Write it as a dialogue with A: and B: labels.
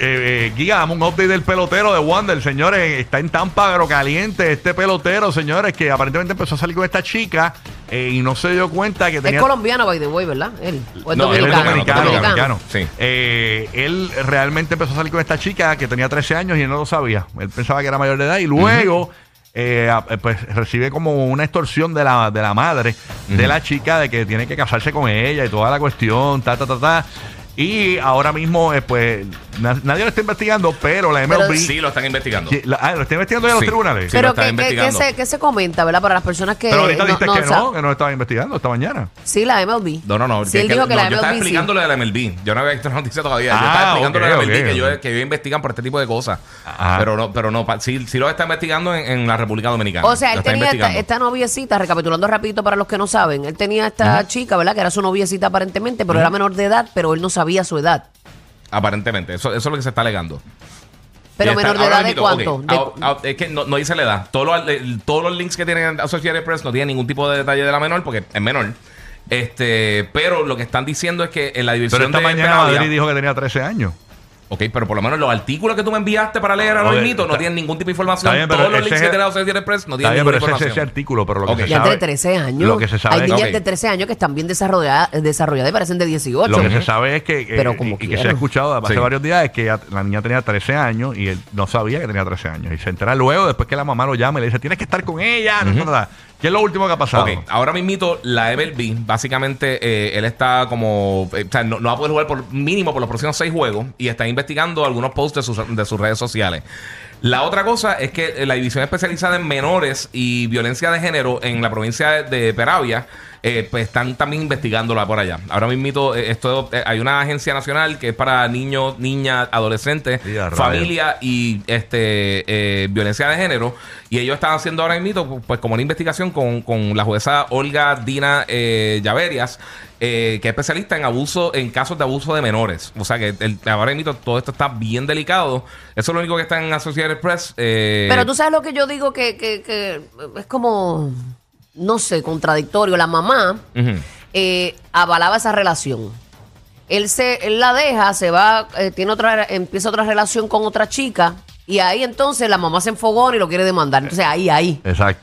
A: eh, Giga, dame un update del pelotero de Wander, señores. Está en Tampa Agrocaliente este pelotero, señores, que aparentemente empezó a salir con esta chica eh, y no se dio cuenta que tenía.
B: Es colombiano, by the way, ¿verdad? Él. O es
A: No, él es
B: dominicano.
A: dominicano,
B: Dominicano.
A: dominicano.
C: Sí.
A: Eh, él realmente empezó a salir con esta chica que tenía 13 años y él no lo sabía. Él pensaba que era mayor de edad y luego eh, a- eh, pues recibe como una extorsión de la, de la madre de la chica de que tiene que casarse con ella y toda la cuestión, ta, ta, ta, ta. Y ahora mismo, eh, pues, na- nadie lo está investigando, pero la MLB...
C: Sí, lo están investigando.
A: Sí, la- ah, lo está investigando ya los
C: Sí.
A: tribunales.
C: Sí.
B: Pero
C: lo están
B: ¿qué- qué, qué
C: investigando.
B: se, qué se comenta, ¿verdad? Para las personas que
A: Pero ahorita
B: no,
A: dijiste
B: no
A: que
B: sa-
A: no, que no lo estaba investigando esta mañana.
B: Sí, la MLB.
C: No, no, no.
B: Sí,
C: es
B: él
C: que-
B: dijo que
C: no,
B: la
C: yo
B: MLB
C: estaba
B: sí.
C: explicando lo de la MLB. Yo no había visto la noticia todavía. yo
A: Ah,
C: estaba explicando lo de la
A: ok,
C: MLB,
A: ok,
C: que,
A: ok.
C: yo, que ellos investigan por este tipo de cosas.
B: Ah.
A: Ajá.
C: Pero no, pero no. pa- Sí, sí lo están investigando en, en la República Dominicana.
B: O sea,
C: Lo
B: él
C: están
B: tenía esta,
C: investigando.
B: esta noviecita, recapitulando rapidito para los que no saben, él tenía esta chica, ¿verdad? Que era su noviecita aparentemente, pero era menor de edad, pero él no sabía su edad.
C: Aparentemente. Eso, eso es lo que se está alegando.
B: Pero
C: Y está-
B: menor de
C: ahora
B: edad de
C: mismo,
B: cuánto?
C: ok,
B: De-
C: ah, ah, es que no, no dice la edad. Todos los, el- todos los links que tienen Associated Press no tienen ningún tipo de detalle de la menor porque es menor. Este, pero lo que están diciendo es que en la división
A: Pero esta
C: de
A: mañana
C: Peravia-
A: Madrid dijo que tenía 13 años.
C: Ok, pero por lo menos los artículos que tú me enviaste para leer ahora
A: Oye,
C: mismo no
A: Ah, está-
C: tienen ningún tipo de
A: Está
C: información.
A: bien, pero
C: Todos los
A: ese
C: links
A: es-
C: que tiene Associated Press
A: Está
C: no tienen
A: bien,
C: ninguna
A: pero ese es
C: información.
A: ese artículo, pero lo
C: Ok.
A: que se
B: Ya
A: sabe.
B: de 13 años.
A: Lo que se sabe
B: Hay niñas
C: ok.
B: de 13 años que están bien desarrolladas, desarrolladas y parecen de 18.
A: Lo que se sabe es que, eh,
B: Pero como
A: y- y que
B: quiera.
A: se ha escuchado hace
C: Sí.
A: varios días es que ella- la niña tenía 13 años y él no sabía que tenía 13 años. Y se entera luego, después que la mamá lo llama y le dice, tienes que estar con ella. ta, ta, ta. ¿Qué es lo último que ha pasado?
C: Ok, ahora mismito la MLB, básicamente eh, él está como, eh, o sea, no, no va a poder jugar por mínimo por los próximos seis juegos y está investigando algunos posts de sus, de sus redes sociales. La otra cosa es que eh, la división especializada en menores y violencia de género en la provincia de, de Peravia, eh, pues están también investigándola por allá. Ahora mismito, eh, esto, eh, hay una agencia nacional que es para niños, niñas, adolescentes,
A: Sí, a rayos.
C: familias violencia y este eh, violencia de género. Y ellos están haciendo ahora mismo, pues, como una investigación con, con la jueza Olga Dina eh, Llaverias, eh, que es especialista en abuso, en casos de abuso de menores. O sea que el, ahora mismo todo esto está bien delicado. Eso es lo único que está en Associated Press. eh,
B: Pero tú sabes lo que yo digo que, que- que es como, no sé, contradictorio. La mamá
C: ujú.
B: eh, avalaba esa relación. Él, se, él la deja, se va, eh, tiene otra, empieza otra relación con otra chica y ahí entonces la mamá se enfogó y lo quiere demandar. Entonces ahí, ahí.
A: Exacto.